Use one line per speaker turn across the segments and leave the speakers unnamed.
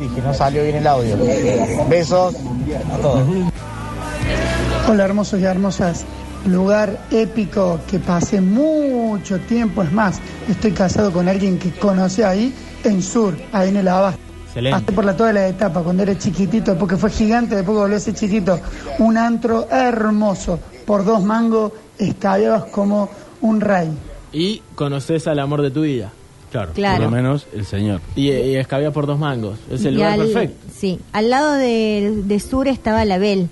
y que no salió bien el audio. Besos a todos.
Hola hermosos y hermosas. Lugar épico que pasé mucho tiempo, es más, estoy casado con alguien que conoce ahí en Sur, ahí en el Abasto.
Excelente.
Pasé por la, toda la etapa, cuando era chiquitito, después que fue gigante, después que volvió a ser chiquito. Un antro hermoso, por dos mangos, escabeabas como un rey.
Y conoces al amor de tu vida.
Claro,
Claro.
por lo menos el señor.
Y, y escabía por dos mangos. Es el
Y
lugar
al-
perfecto.
Sí, al lado de, de Sur estaba la Bel,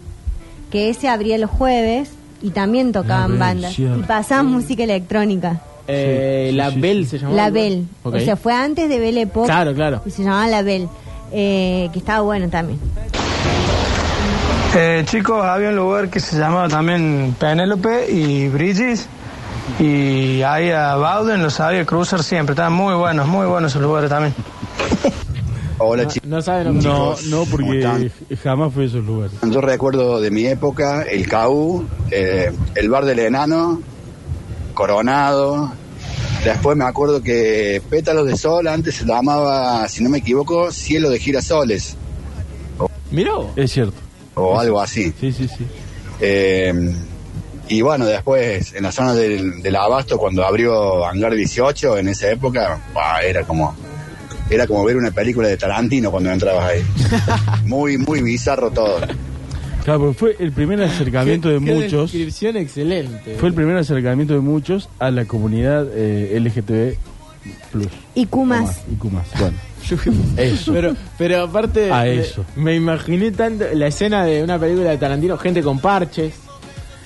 que ese abría los jueves y también tocaban
Bel,
bandas.
cierto.
Y pasaban música electrónica.
Eh,
sí,
la
sí,
Bel
sí.
se llamaba.
La Bel.
Ok.
O sea, fue antes de Belle Époque.
Claro, claro.
Y se llamaba La Bel, eh, que estaba bueno también.
Eh, chicos, había un lugar que se llamaba también Penélope y Bridges. Y ahí a Bowden los sabía cruzar siempre. Estaban muy buenos, muy buenos esos lugares también.
Hola,
No,
chicos.
no saben lo que
No, no,
¿cómo
porque
están?
jamás fui a esos lugares.
Yo recuerdo de mi época el CAU, eh, el bar del enano, Coronado. Después me acuerdo que Pétalos de Sol antes se llamaba, si no me equivoco, Cielo de Girasoles
Mirá vos.
Es cierto.
o algo así.
Sí, sí, sí.
Eh, y bueno, después en la zona del, del Abasto, cuando abrió Hangar 18, en esa época, bah, era como era como ver una película de Tarantino cuando entrabas ahí. Muy, muy bizarro todo.
Claro, porque fue el primer acercamiento de
Qué- qué
muchos.
Descripción excelente.
Fue el primer acercamiento de muchos a la comunidad eh, LGTB plus.
Y Kumas.
Y Kumas. Bueno, eso.
Pero, pero aparte.
A
me-
eso.
Me imaginé tanto la escena de una película de Tarantino, gente con parches.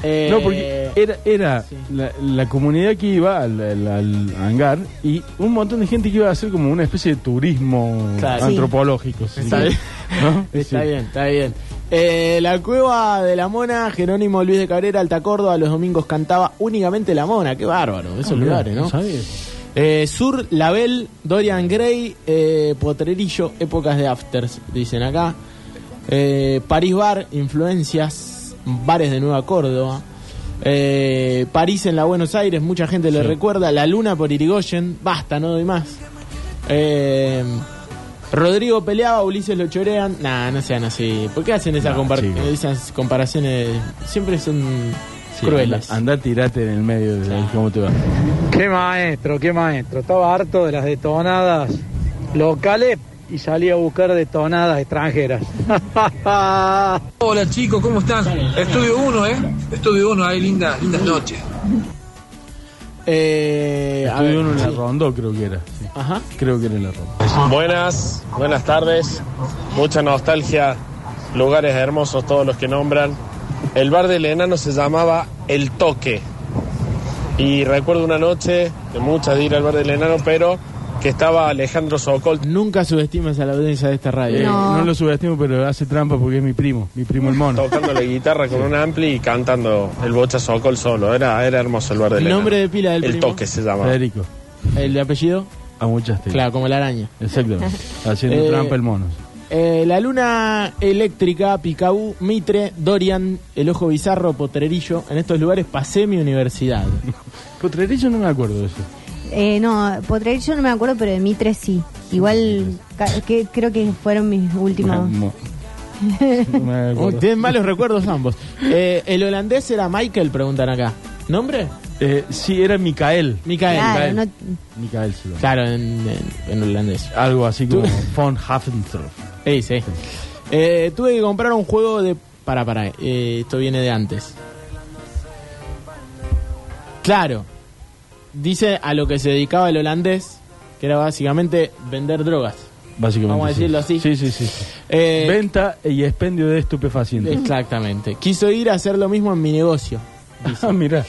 eh,
No, porque era, era la, la comunidad que iba al, al- al hangar y un montón de gente que iba a hacer como una especie de turismo
Claro. Sí.
antropológico. si
Está
querés,
bien.
¿no?
Está
Sí.
bien, está bien. Eh, la cueva de la mona, Jerónimo Luis de Cabrera, Alta Córdoba, los domingos cantaba únicamente la mona. Qué bárbaro, esos
Ah, Mirá,
lugares, ¿no?
sabía.
Eh, Sur, Label, Dorian Gray, eh, Potrerillo, épocas de afters, dicen acá. Eh, París Bar, influencias, bares de Nueva Córdoba. Eh, París en la Buenos Aires, mucha gente lo recuerda. La Luna por Irigoyen, basta, no doy más. Eh, Rodrigo peleaba, Ulises lo chorean. Nah, no sean así. ¿Por qué hacen esas,
No,
compar-
chicos.
esas comparaciones? Siempre son
Sí,
crueles.
Andá, andá, tirate en el medio de
Claro. Eh,
cómo te va.
Qué maestro, qué maestro. Estaba harto de las detonadas locales y salía a buscar detonadas extranjeras.
Hola chicos, ¿cómo están? Estudio 1, ¿eh? Estudio 1, ahí lindas, lindas noches.
Eh, a
Estuve
ver,
uno en la
sí.
Rondó, creo que era. sí.
Ajá.
Creo que era en la Rondó.
Buenas, buenas tardes. Mucha nostalgia, lugares hermosos todos los que nombran. El bar del enano se llamaba El Toque. Y recuerdo una noche, de muchas de ir al bar del enano, pero que estaba Alejandro Sokol.
Nunca subestimes a la audiencia de esta radio.
Eh,
No.
no lo subestimo, pero hace trampa porque es mi primo, mi primo el mono.
Tocando la guitarra con un ampli y cantando el bocha Sokol solo. Era, era hermoso el bar del
El
enano.
nombre de pila del
El
primo.
toque se llamaba.
Federico,
El de apellido,
amuchaste.
claro, como la araña.
Exactamente. Haciendo
Eh,
trampa el mono.
Eh, la luna eléctrica, Picabú, Mitre, Dorian, El Ojo Bizarro, Potrerillo. En estos lugares pasé mi universidad.
Potrerillo no me acuerdo de eso.
Eh, no, Potrerillo no me acuerdo, pero de Mitre sí. Igual ca- que, creo que fueron mis últimos.
No. No me
Uy,
acuerdo.
Tienen malos recuerdos ambos. Eh, el holandés era Michael, preguntan acá. ¿Nombre?
Eh, sí, era Micael.
Micael.
Claro,
Micael.
no,
Micael se llama.
Claro, en, en- en holandés.
Algo así
Tú-
como von Hafentroff.
Eh, sí. Eh, tuve que comprar un juego de... Para, para, eh, esto viene de antes. Claro. Dice a lo que se dedicaba el holandés, que era básicamente vender drogas.
Básicamente.
Vamos a
sí.
decirlo así.
Sí, sí, sí. sí.
Eh,
Venta y expendio de estupefacientes.
Exactamente. Quiso ir a hacer lo mismo en mi negocio.
Ah, mirá.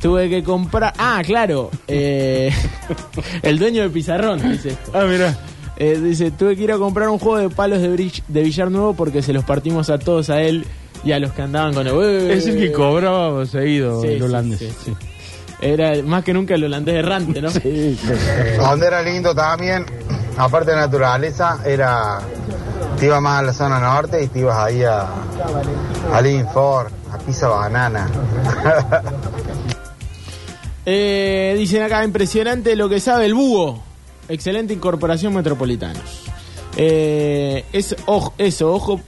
Tuve que comprar... Ah, claro. eh, el dueño de Pizarrón dice esto.
Ah, mirá.
Eh, dice, tuve que ir a comprar un juego de palos de, bridge, de billar nuevo porque se los partimos a todos a él y a los que andaban con el...
Es el que cobraba
Eh,
seguido
Sí, sí,
el holandés.
sí, sí.
Sí.
Era más que nunca el holandés errante, ¿no?
Sí, claro.
Donde era lindo también, aparte de naturaleza, era. Te ibas más a la zona norte y te ibas ahí a. a Linford, a Pisa Banana.
Eh, dicen acá, impresionante lo que sabe el búho. Excelente incorporación metropolitanos. Eh, es ojo, eso, ojo,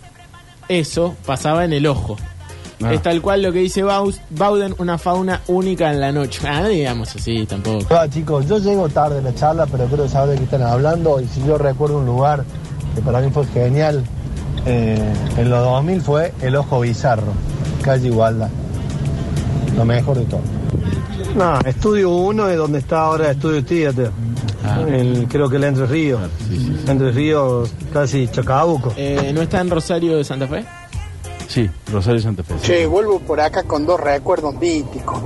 eso pasaba en el ojo.
Ah.
Es tal cual lo que dice Baus- Bowden, una fauna única en la noche. Ah, no digamos así tampoco.
Hola chicos, yo llego tarde a la charla, pero creo saber de qué están hablando. Y si yo recuerdo un lugar que para mí fue genial, eh, en los 2000 fue El Ojo Bizarro, calle Igualda. Lo mejor de todo.
No, Estudio 1 es donde está ahora Estudio Theater. El- creo que el Entre Ríos. Entre Ríos, casi Chacabuco.
Eh, ¿No está en Rosario de Santa Fe?
Sí, Rosario Santa Fe. sí.
Che, vuelvo por acá con dos recuerdos míticos.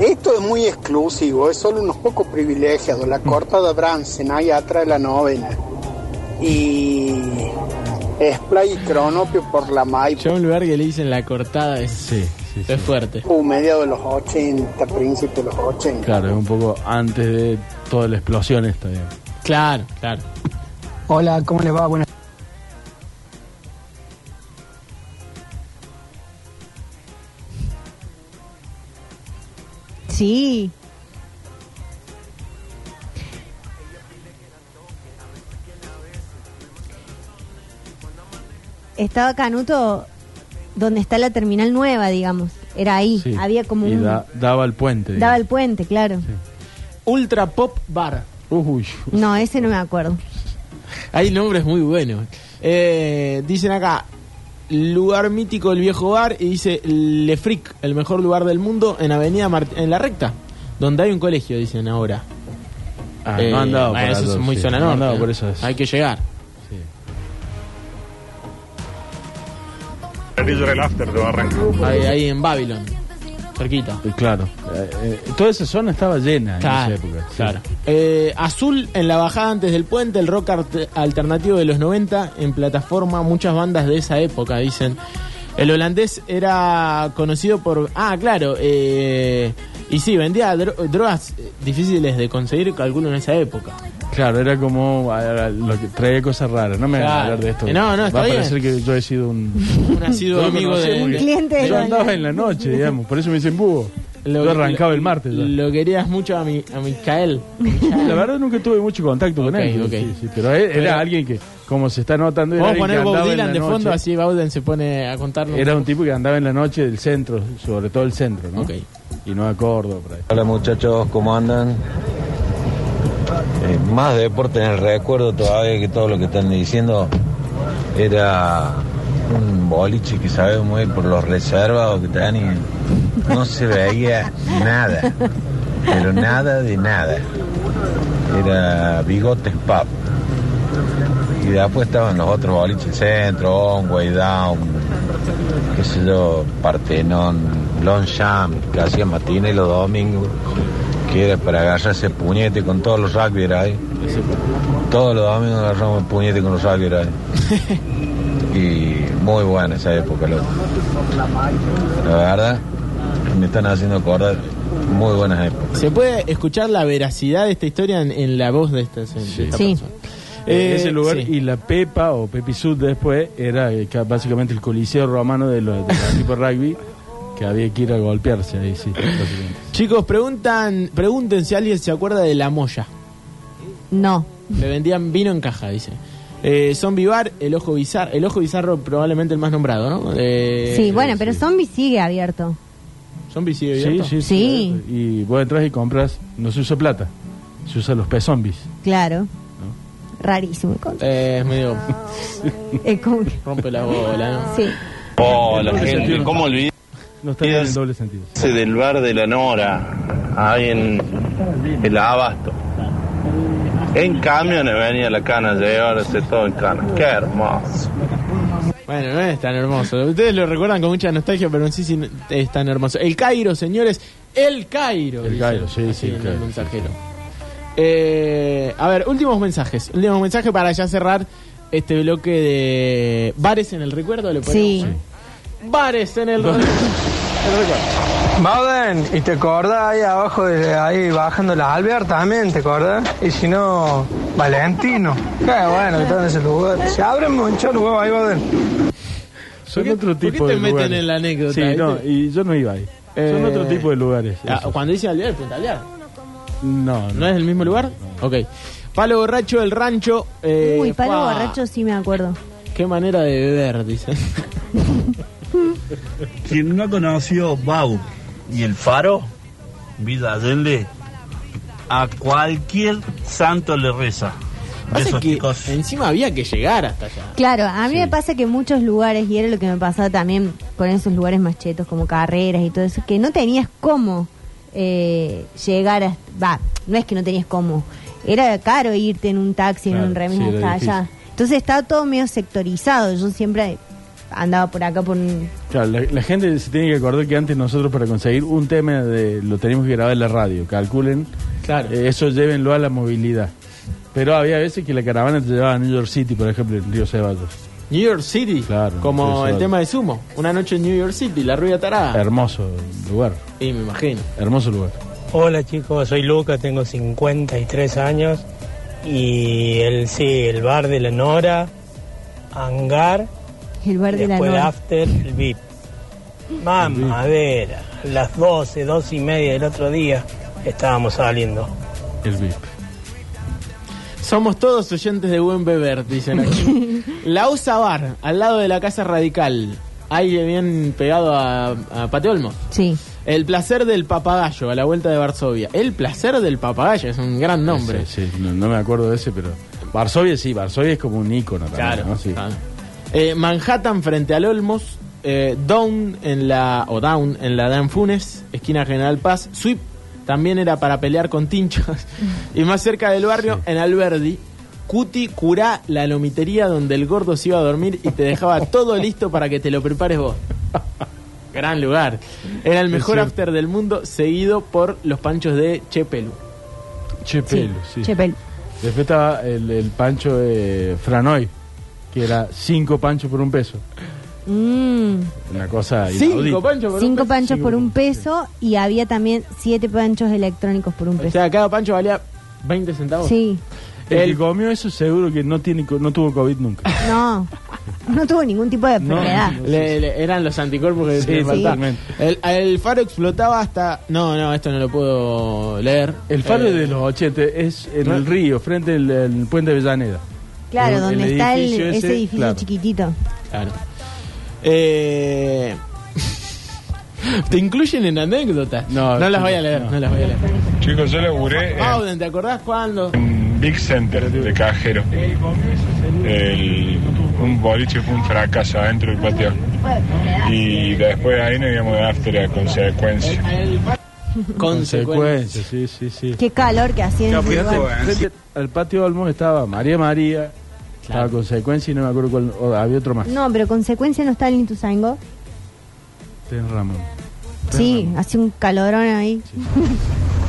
Esto es muy exclusivo, es solo unos pocos privilegiados. La corta de Bransen ahí atrás de la novena. Y Splay y Cronopio por la Maipo,
Ya un lugar que le dicen la cortada es, es fuerte.
media Uh, de los 80, príncipe de los 80.
Claro, es un poco antes de toda la explosión esta. digamos.
Claro, claro.
Hola, ¿cómo les va? Buenas
Sí. Estaba Canuto donde está la terminal nueva, digamos. Era ahí.
Sí.
Había como
Y
un...
da- daba el puente.
Daba el puente, claro.
Ultra Pop Bar.
Uy.
No, ese no me acuerdo.
Hay nombres muy buenos. Eh, dicen acá, lugar mítico del viejo bar, y dice Le Fric, el mejor lugar del mundo en Avenida Mart- en la recta, donde hay un colegio, dicen ahora.
Ah,
Eh,
no han dado
bueno,
por
eso
algo,
es muy
sí.
zona
No han
norte,
dado
¿eh?
por esas.
Hay que llegar.
el after de Barranca.
Ahí, ahí en Babylon, cerquita.
Y claro, eh, eh, toda esa zona estaba llena
Claro,
en esa época. sí.
claro. Eh, azul en la bajada antes del puente, el rock art- alternativo de los 90 en plataforma, muchas bandas de esa época, dicen. El holandés era conocido por... Ah, claro. eh, y sí, vendía dro- drogas eh, difíciles de conseguir, calculo, en esa época.
Claro, era como ah, lo que traía cosas raras. No me van a
Claro.
hablar de esto.
Eh, no, no, está
Va a
bien.
parecer que yo he sido un.
Un asiduo
Yo lo
amigo
conocí
de-
muy
de-
bien.
Cliente de
Yo
la-
andaba en la noche, digamos. Por eso me dicen búho. Yo arrancaba el martes. ya.
Lo querías mucho a, mi, a Micael.
La verdad nunca tuve mucho contacto con
Ok,
él.
ok.
sí, sí, pero él- era
Pero-
alguien que, como se está notando, era
Vamos a
alguien
poner
que
Bob
andaba en la
Dylan de fondo,
noche.
así Bowden se pone a contarnos.
Era un tipo que andaba en la noche del centro, sobre todo el centro, ¿no? Y no a Córdoba, por ahí.
Hola muchachos, ¿cómo andan? Eh, más deporte en el recuerdo todavía que todo lo que están diciendo. Era un boliche que sabe muy por los reservados que tenían. No se veía nada, pero nada de nada. Era Bigotes Pub. Y después estaban los otros boliches, Centro, Onway, Down, qué sé yo, Partenón, Longchamp, que hacía matines los domingos, que era para agarrarse puñete con todos los rugby ahí. Todos los domingos agarramos puñete con los rugby ahí. Y muy buena esa época, loco. La verdad, me están haciendo acordar muy buenas épocas.
¿Se puede escuchar la veracidad de esta historia en, en la voz de esta, de esta
Sí.
persona?
Eh,
Eh,
ese lugar
sí.
y la Pepa o Pepi Sud después era eh, ca- básicamente el coliseo romano de los, de los equipos rugby que había que ir a golpearse ahí, sí. básicamente.
Chicos, preguntan, pregunten si alguien se acuerda de la moya.
No.
Le vendían vino en caja, dice. Eh, Zombie Bar, el ojo bizarro, el ojo bizarro probablemente el más nombrado, ¿no? Eh,
sí, bueno, pero Zombie sigue abierto.
Zombie sigue
Sí,
abierto.
sí,
Sí.
Y vos entras y compras, no se usa plata, se usa los pez zombies.
Claro. Rarísimo.
Eh, es medio
Es como
Eh.
que-
rompe la bola, ¿no?
Sí.
Hola gente, ¿cómo olvidé?
No está bien en el doble sentido.
Ese del bar de la Nora, ahí en el Abasto. En camiones venía la cana, llevarse todo en cana. Qué hermoso.
Bueno, no es tan hermoso. Ustedes lo recuerdan con mucha nostalgia, pero en sí, sí no- es tan hermoso. El Cairo, señores, el Cairo.
El
dice.
Cairo, sí,
Así
sí, el
en
Cairo,
el mensajero. Eh, a ver, últimos mensajes. Últimos mensajes para ya cerrar este bloque de bares en el recuerdo. ¿le podemos
Sí.
poner? Bares en el recuerdo.
Bauden, ¿y te acordás ahí abajo, de, ahí bajando la Albert también, te acordás? Y si no, Valentino. Qué bueno que está en ese lugar. Se abren mucho los huevos ahí, Bauden.
Son
qué-
otro
por qué
tipo
te
de
meten
lugares.
en la anécdota,
Sí,
viste?
no, y yo no iba ahí. Son
Eh,
otro tipo de lugares.
Ah,
esos.
Cuando dice Alvear, punta Alvear.
No,
¿No es el mismo lugar? Ok. Palo borracho del rancho. eh,
Uy, palo
fa,
borracho sí me acuerdo.
Qué manera de beber, dicen.
Quien no ha conocido Bau y el Faro, Vida Allende, a cualquier santo le reza. De
Pasa
esos
que
chicos.
encima había que llegar hasta allá.
Claro, a mí me pasa que muchos lugares, y era lo que me pasaba también con esos lugares más chetos, como carreras y todo eso, que no tenías cómo eh, llegar hasta... Va, no es que no tenías cómo. Era caro irte en un taxi, en
Claro,
un remis
sí, era
hasta allá.
difícil.
Entonces estaba todo medio sectorizado. Yo siempre andaba por acá por... un-
Claro, la, la gente se tiene que acordar que antes nosotros para conseguir un tema de, lo teníamos que grabar en la radio, calculen. Eh, eso llévenlo a la movilidad. Pero había veces que la caravana te llevaba a New York City, por ejemplo, en Río Ceballos.
New York City,
Río
como el
Ceballos.
tema de Sumo. Una noche en New York City, la rubia tarada.
Hermoso lugar,
Y me imagino.
hermoso lugar.
Hola chicos, soy Luca, tengo 53 años y el sí, el bar de la Nora, hangar,
el bar
después
de la Nora.
after, el VIP. Mamadera, a las 12, 12 y media del otro día estábamos saliendo.
El VIP.
Somos todos oyentes de buen beber, dicen aquí. la USA Bar, al lado de la Casa Radical. Ahí bien pegado a, a Pateolmo.
Sí.
El placer del papagayo, a la vuelta de Varsovia. El placer del papagayo, es un gran nombre.
Sí, sí, no, no me acuerdo de ese, pero. Varsovia sí, Varsovia es como un ícono también,
Claro,
¿no? Sí.
Eh, Manhattan frente al Olmos, eh, Down en la o Down en la Dan Funes, esquina General Paz, Sweep también era para pelear con tinchos y más cerca del barrio en Alberdi, Cuti curá la lomitería donde el gordo se iba a dormir y te dejaba todo listo para que te lo prepares vos. Gran lugar. Era el
Es
mejor
cierto.
after del mundo, seguido por los panchos de Chepelu.
Chepelu, sí. Después estaba el, el pancho de Franoy, que era cinco panchos por un peso.
Mm.
Una cosa inaudita.
Cinco panchos por, un, peso, y había también siete panchos electrónicos por un peso.
O sea, cada pancho valía 20 centavos.
Sí,
El, que comió eso seguro que no tiene co- no tuvo COVID nunca.
no. No tuvo ningún tipo de enfermedad.
Le- le- eran los anticuerpos que
Sí,
te faltaban.
totalmente.
El, el faro explotaba hasta. No, no, esto no lo puedo leer.
El faro
Eh,
de los 80 es en
¿no?
el río, frente al al puente de Avellaneda. El-
Claro,
el
donde está el-
edificio
ese,
ese,
edificio
claro.
chiquitito.
Claro. Eh, te incluyen en anécdotas. No, las voy a leer, no. las voy a leer.
Chicos, yo laburé en
Auden, ¿te acordás cuándo?
Big Center de cajero. El- un boliche fue un fracaso adentro del patio. Y después ahí nos íbamos de after a consecuencia.
Consecuencias, sí, sí, sí.
Qué calor que hacía en
Claro,
ese
porque
lugar.
antes, frente al patio Olmos estaba María María, estaba Consecuencia y no me acuerdo cuál, o había otro más.
No, pero consecuencia no está en Ituzaingó.
Ten Ramón.
Sí, hace un calorón ahí.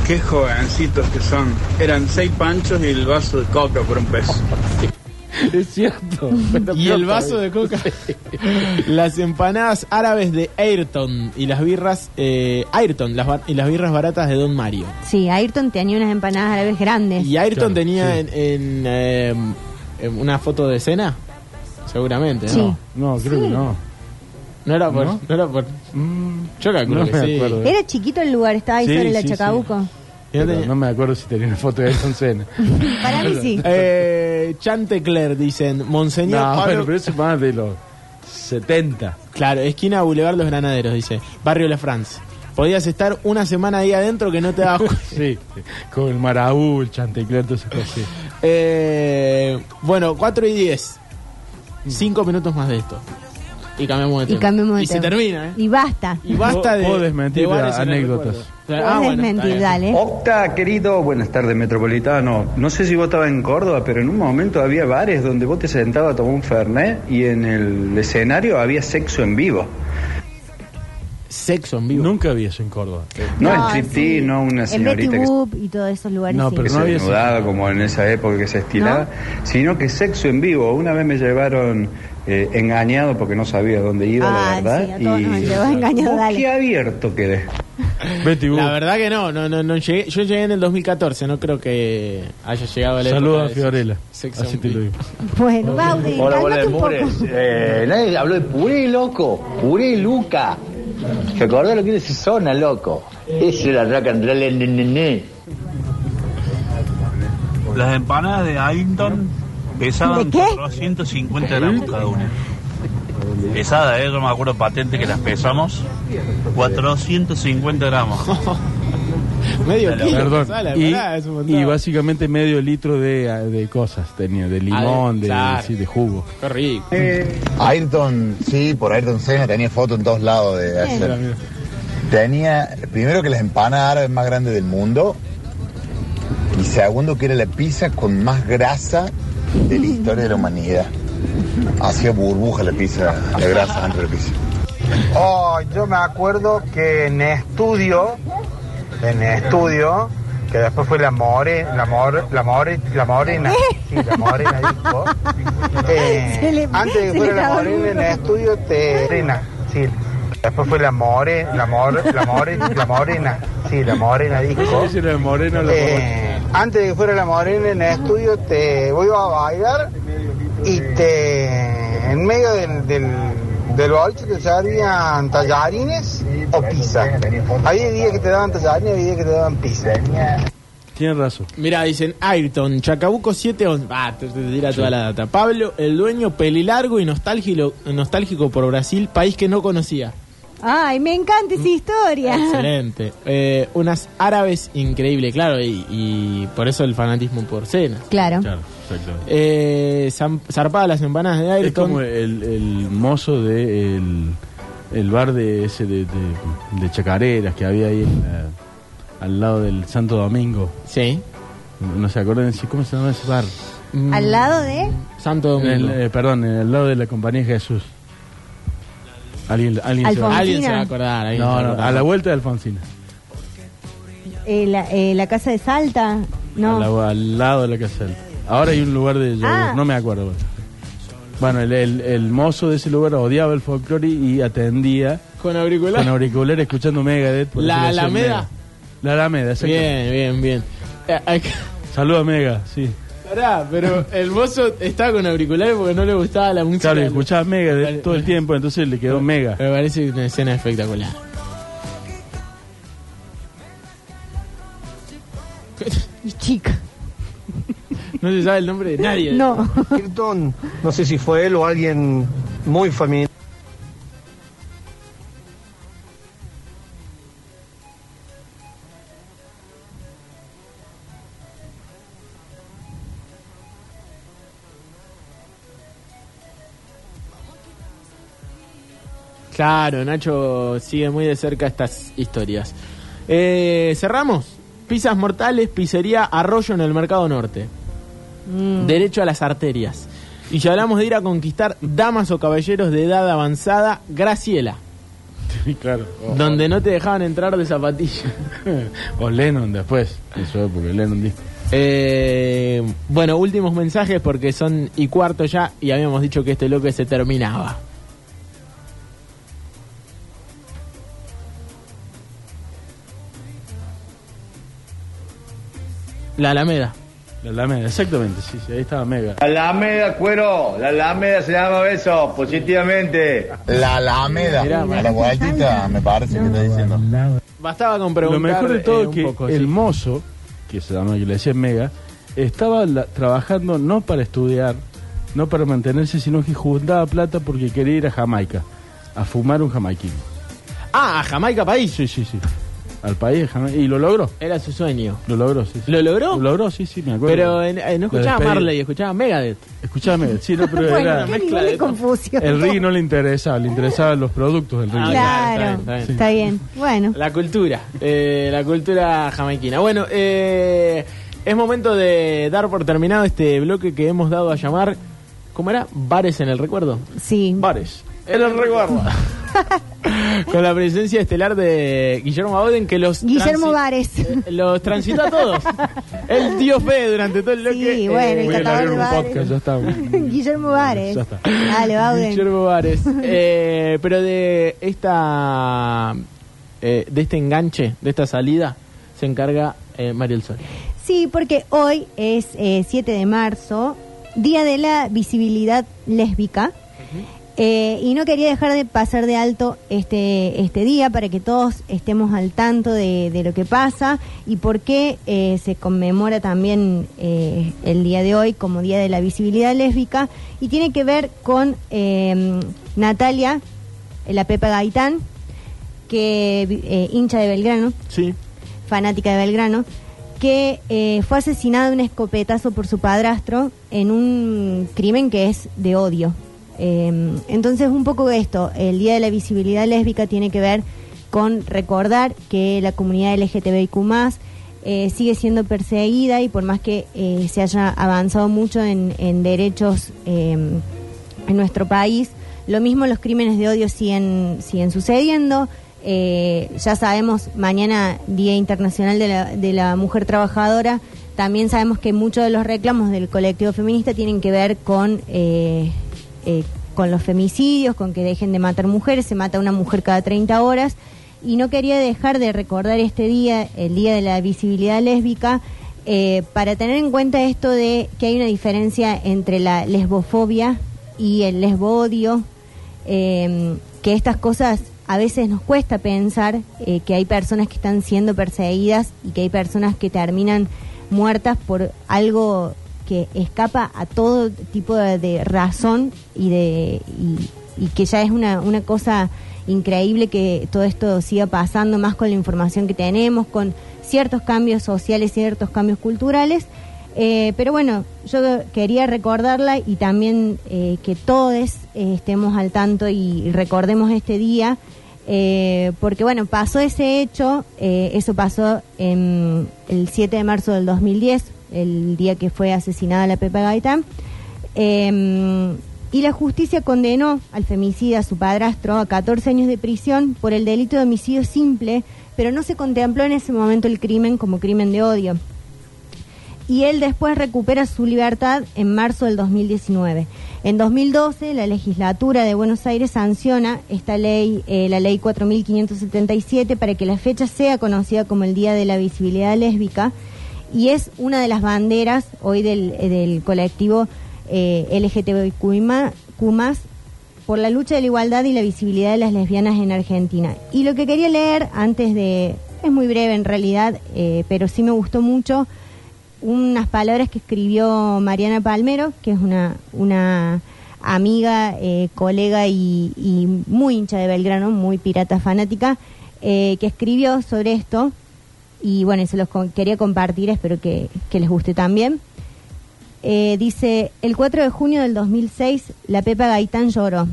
Qué jovencitos que son. Eran seis panchos y el vaso de coca por un peso.
Es cierto.
Y el vaso de coca. las empanadas árabes de Ayrton y las birras. Eh, Ayrton las bar- y las birras baratas de Don Mario.
Sí, Ayrton tenía unas empanadas árabes grandes.
Y Ayrton tenía en, en, eh, en una foto de escena, seguramente,
Sí.
¿no?
No, creo que no. Mm,
No era por. ¿No? era por yo calculo
no
que
me
sí.
acuerdo.
Era chiquito el lugar, estaba ahí
Sí,
sobre la
sí, sí.
Chacabuco.
Pero No me acuerdo si tenía una foto de Ayrton Senna.
Para mí sí.
Eh, Chantecler, dicen. Monseñor
No,
Pablo-
bueno, pero eso es más de los 70.
Claro, esquina Boulevard Los Granaderos, dice. Barrio La France. Podías estar una semana ahí adentro que no te dabas cuenta.
sí, con el Maraú, el Chantecler, todas esas cosas. sí.
Eh, bueno, 4 y 10.
Mm.
5 minutos más de esto. Y cambiamos de
Y
tema.
cambiamos de
y
tema.
se termina, ¿eh?
Y basta.
Y Ah, basta de.
Puedo desmentir
de bares
las
en el
anécdotas.
recuerdo.
Podés mentir, dale.
Octa, querido, buenas tardes, Metropolitano. No sé si vos estabas en Córdoba, pero en un momento había bares donde vos te sentabas a tomar un Fernet y en el escenario había sexo en vivo.
Sexo en vivo.
Nunca había eso en Córdoba.
No,
No,
el striptease,
Ah, sí.
no una
En Betty
señorita que,
Boop y todos esos lugares. sí.
que se desnudaba como en esa época que se estilaba, sino que sexo en vivo. Una vez me llevaron eh, engañado porque no sabía dónde iba, la
Ah, sí, a
verdad.
todos nos llevó engañado, dale.
qué abierto quedé.
La verdad que no, no, no, no llegué. Yo llegué en el 2014, no creo que haya llegado a la
Saludos
época
a
de
Fiorella.
sexo
Así
en
te lo
vivo.
digo.
Bueno, Baudi,
Hola, bola
cálmate
de
un poco.
mugres. Eh, nadie habló de puré, loco. Puré, Luca. ¿Te acordás lo que era ese zona, loco? Ese era rock and roll, ne, ne, ne.
Las empanadas de Aylton pesaban
¿De qué?
450 gramos cada una. Pesada, ¿eh? yo me acuerdo patente que las pesamos. 450 gramos.
Medio kilo.
Perdón.
sale,
Y,
pará, es un montón. Ah,
y básicamente medio litro de, de cosas tenía, de limón, de,
claro.
sí, de jugo.
Qué rico.
Ayrton, sí, por Ayrton Senna tenía foto en todos lados de hacer. Tenía, primero que las empanadas árabes más grandes del mundo. Y segundo que era la pizza con más grasa de la historia de la humanidad. Hacía burbuja la pizza, la grasa dentro de la pizza.
Oh, yo me acuerdo que en estudio, en estudio, que después fue la More, la More, la More, la Morena, sí, la Morena dijo. Eh,
Se le-
antes de
se
que fuera
le
la
trabó el
Morena en
mundo.
estudio te Morena, sí. Después fue la More, la More, la More, la Morena, sí, la Morena dijo.
Sí, la Morena, la
Eh, antes de que fuera la Morena en estudio te voy a bailar y te en medio del, del, del boliche te servían tallarines o pizza. Había días que te daban tallarines, había días que te daban pizza.
Tienes razón.
Mira, dicen Ayrton, Chacabuco 711. Va, te, te dirá toda la data. Pablo, el dueño pelilargo y nostálgico, nostálgico por Brasil, país que no conocía.
Ay, me encanta esa historia.
Excelente. Eh, unas árabes increíble, claro, y, y por eso el fanatismo por cena.
Claro.
Eh, zam- zarpadas las empanadas de
Es como
Ayrton.
el, el mozo de el, el bar de ese de, de- de chacareras que había ahí en la- al lado del Santo Domingo.
Sí.
No se acuerdan sí, cómo se llama ese bar.
Al lado de.
Santo
En el, eh, perdón, en- al lado de la compañía Jesús. Alguien, alguien, se, va,
Alfonsina. Alguien se va a acordar,
alguien se va
No,
a
no,
acordar.
a la vuelta de Alfonsina.
eh, la, eh, la casa de Salta. No.
A la- al lado de la casa. del- Ahora hay un lugar de yogur,
Ah.
no me acuerdo. Bueno, el, el- el mozo de ese lugar odiaba el folclore y atendía
Con auricular.
con auricular escuchando Megadeth. por
La
eso le decían
Alameda.
Mega. La Alameda, exacto.
Bien, bien, bien. Eh, acá-
Saludos a Mega, sí.
Pará, pero el mozo estaba con auriculares porque no le gustaba la música.
Claro, y escuchaba Megadeth todo el tiempo, entonces le quedó Mega.
Me parece una escena espectacular.
Chica.
No se sabe el nombre de nadie.
No.
Ayrton, no sé si fue él o alguien muy familiar.
Claro, Nacho sigue muy de cerca estas historias. Eh, cerramos. Pizzas mortales, pizzería Arroyo en el Mercado Norte. Derecho a las arterias. Y ya hablamos de ir a conquistar damas o caballeros de edad avanzada, Graciela,
claro.
donde no te dejaban entrar de zapatilla.
O Lennon después, en su época, Lennon dijo.
Eh, bueno, últimos mensajes porque son y cuarto ya y habíamos dicho que este bloque se terminaba. La Alameda.
La Alameda, exactamente, sí, sí, ahí estaba Mega.
La Alameda, cuero, la Alameda se llama beso, positivamente.
La Alameda, a la vueltita, me parece que está diciendo.
Bastaba con
Lo
preguntar.
mejor de todo
eh, un
que
poco,
el
sí.
mozo, que se llama que le decía Mega, estaba la- trabajando no para estudiar, no para mantenerse, sino que juntaba plata porque quería ir a Jamaica, a fumar un jamaiquino.
Ah, a Jamaica país.
Sí, sí, sí. Al país de Jamaica. Y lo logró.
Era su sueño.
Lo logró, sí. sí.
¿Lo logró?
Lo logró, sí, sí, me acuerdo.
Pero eh, eh, no
Lo
escuchaba
despedí.
Marley, escuchaba Megadeth.
Escuchaba Megadeth, sí, no, pero
Bueno,
era...
qué nivel de confusión.
El reggae no le interesaba, le interesaban los productos del reggae.
Claro, está bien. Bueno,
La cultura, eh, la cultura jamaiquina. Bueno, eh, es momento de dar por terminado este bloque que hemos dado a llamar, ¿cómo era? Bares en el recuerdo.
sí.
Bares.
En el recuerdo. Con la presencia estelar de Guillermo Auden, que los,
Guillermo
transi-
Vares.
los transitó a todos. El tío fe durante todo el bloque. eh,
Sí, bueno, el
voy a
catador
largar
de bares.
eh.
ya está.
Guillermo Vares.
Ya está.
Dale, Bauden.
Guillermo Vares. Eh, pero de esta eh, de este enganche, de esta salida, se encarga eh, Mariel Sol.
Sí, porque hoy es eh, 7 de marzo, Día de la Visibilidad Lésbica. Eh, y no quería dejar de pasar de alto este, este día para que todos estemos al tanto de, de lo que pasa y por qué eh, se conmemora también eh, el día de hoy como Día de la Visibilidad Lésbica y tiene que ver con eh, Natalia, la Pepa Gaitán, que vi- eh, hincha de Belgrano,
sí.
fanática de Belgrano, que eh, fue asesinada de un escopetazo por su padrastro en un crimen que es de odio. Eh, entonces, un poco esto, el Día de la Visibilidad Lésbica tiene que ver con recordar que la comunidad LGTBIQ eh, sigue siendo perseguida y por más que eh, se haya avanzado mucho en, en derechos eh, en nuestro país, lo mismo los crímenes de odio siguen, siguen sucediendo. Eh, ya sabemos, mañana Día Internacional de la, de la Mujer Trabajadora, también sabemos que muchos de los reclamos del colectivo feminista tienen que ver con, eh, eh, con los femicidios, con que dejen de matar mujeres, se mata una mujer cada 30 horas. Y no quería dejar de recordar este día, el Día de la Visibilidad Lésbica, eh, para tener en cuenta esto de que hay una diferencia entre la lesbofobia y el lesbodio, eh, que estas cosas a veces nos cuesta pensar eh, que hay personas que están siendo perseguidas y que hay personas que terminan muertas por algo que escapa a todo tipo de, de razón y de y, y que ya es una, una cosa increíble que todo esto siga pasando más con la información que tenemos, con ciertos cambios sociales, ciertos cambios culturales. Eh, pero bueno, yo quería recordarla y también eh, que todos eh, estemos al tanto y recordemos este día, eh, porque bueno, pasó ese hecho, eh, eso pasó en el 7 de marzo del 2010, el día que fue asesinada la Pepa Gaitán. Eh, y la justicia condenó al femicida, a su padrastro, a 14 años de prisión por el delito de homicidio simple, pero no se contempló en ese momento el crimen como crimen de odio. Y él después recupera su libertad en marzo del 2019. En 2012, la legislatura de Buenos Aires sanciona esta ley, eh, la ley 4577, para que la fecha sea conocida como el Día de la Visibilidad Lésbica y es una de las banderas hoy del, eh, del colectivo eh, LGTBIQ+, por la lucha de la igualdad y la visibilidad de las lesbianas en Argentina. Y lo que quería leer antes de... Es muy breve en realidad, eh, pero sí me gustó mucho unas palabras que escribió Mariana Palmero, que es una, una amiga, eh, colega y, y muy hincha de Belgrano, muy pirata fanática, eh, que escribió sobre esto y bueno, se los con- quería compartir, espero que, que les guste también. Eh, dice, el 4 de junio del 2006, la Pepa Gaitán lloró.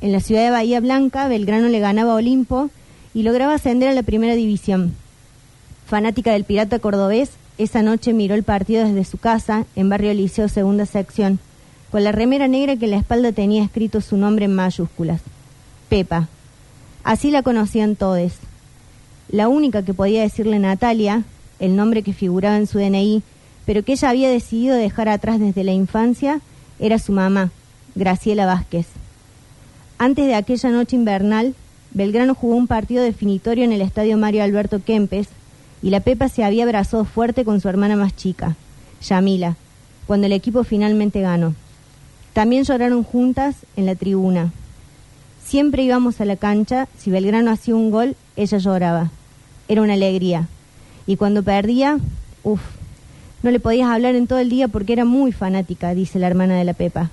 En la ciudad de Bahía Blanca, Belgrano le ganaba a Olimpo y lograba ascender a la primera división. Fanática del pirata cordobés, esa noche miró el partido desde su casa, en Barrio Liceo, segunda sección, con la remera negra que en la espalda tenía escrito su nombre en mayúsculas. Pepa. Así la conocían todos la única que podía decirle Natalia, el nombre que figuraba en su DNI, pero que ella había decidido dejar atrás desde la infancia, era su mamá, Graciela Vázquez. Antes de aquella noche invernal, Belgrano jugó un partido definitorio en el estadio Mario Alberto Kempes y la Pepa se había abrazado fuerte con su hermana más chica, Yamila, cuando el equipo finalmente ganó. También lloraron juntas en la tribuna, Siempre íbamos a la cancha, si Belgrano hacía un gol, ella lloraba. Era una alegría. Y cuando perdía, uff, no le podías hablar en todo el día porque era muy fanática, dice la hermana de la Pepa.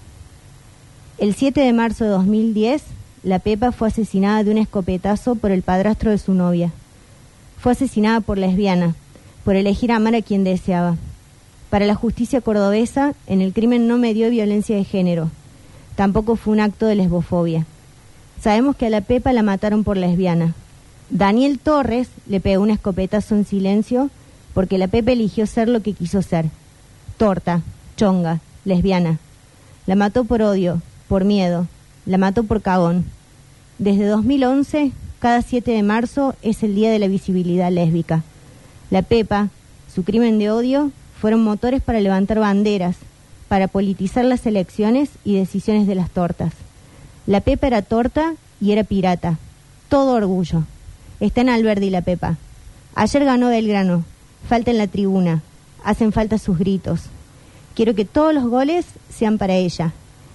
El 7 de marzo de 2010, la Pepa fue asesinada de un escopetazo por el padrastro de su novia. Fue asesinada por lesbiana, por elegir amar a quien deseaba. Para la justicia cordobesa, en el crimen no me dio violencia de género. Tampoco fue un acto de lesbofobia. Sabemos que a la Pepa la mataron por lesbiana. Daniel Torres le pegó un escopetazo en silencio porque la Pepa eligió ser lo que quiso ser. Torta, chonga, lesbiana. La mató por odio, por miedo. La mató por cagón. Desde 2011, cada 7 de marzo es el Día de la Visibilidad Lésbica. La Pepa, su crimen de odio, fueron motores para levantar banderas, para politizar las elecciones y decisiones de las tortas. La Pepa era torta y era pirata. Todo orgullo. Está en Alberdi la Pepa. Ayer ganó Belgrano. Falta en la tribuna. Hacen falta sus gritos. Quiero que todos los goles sean para ella.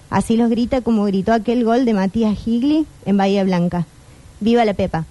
Así los grita como gritó aquel gol de Matías Higli en Bahía Blanca. ¡Viva la Pepa!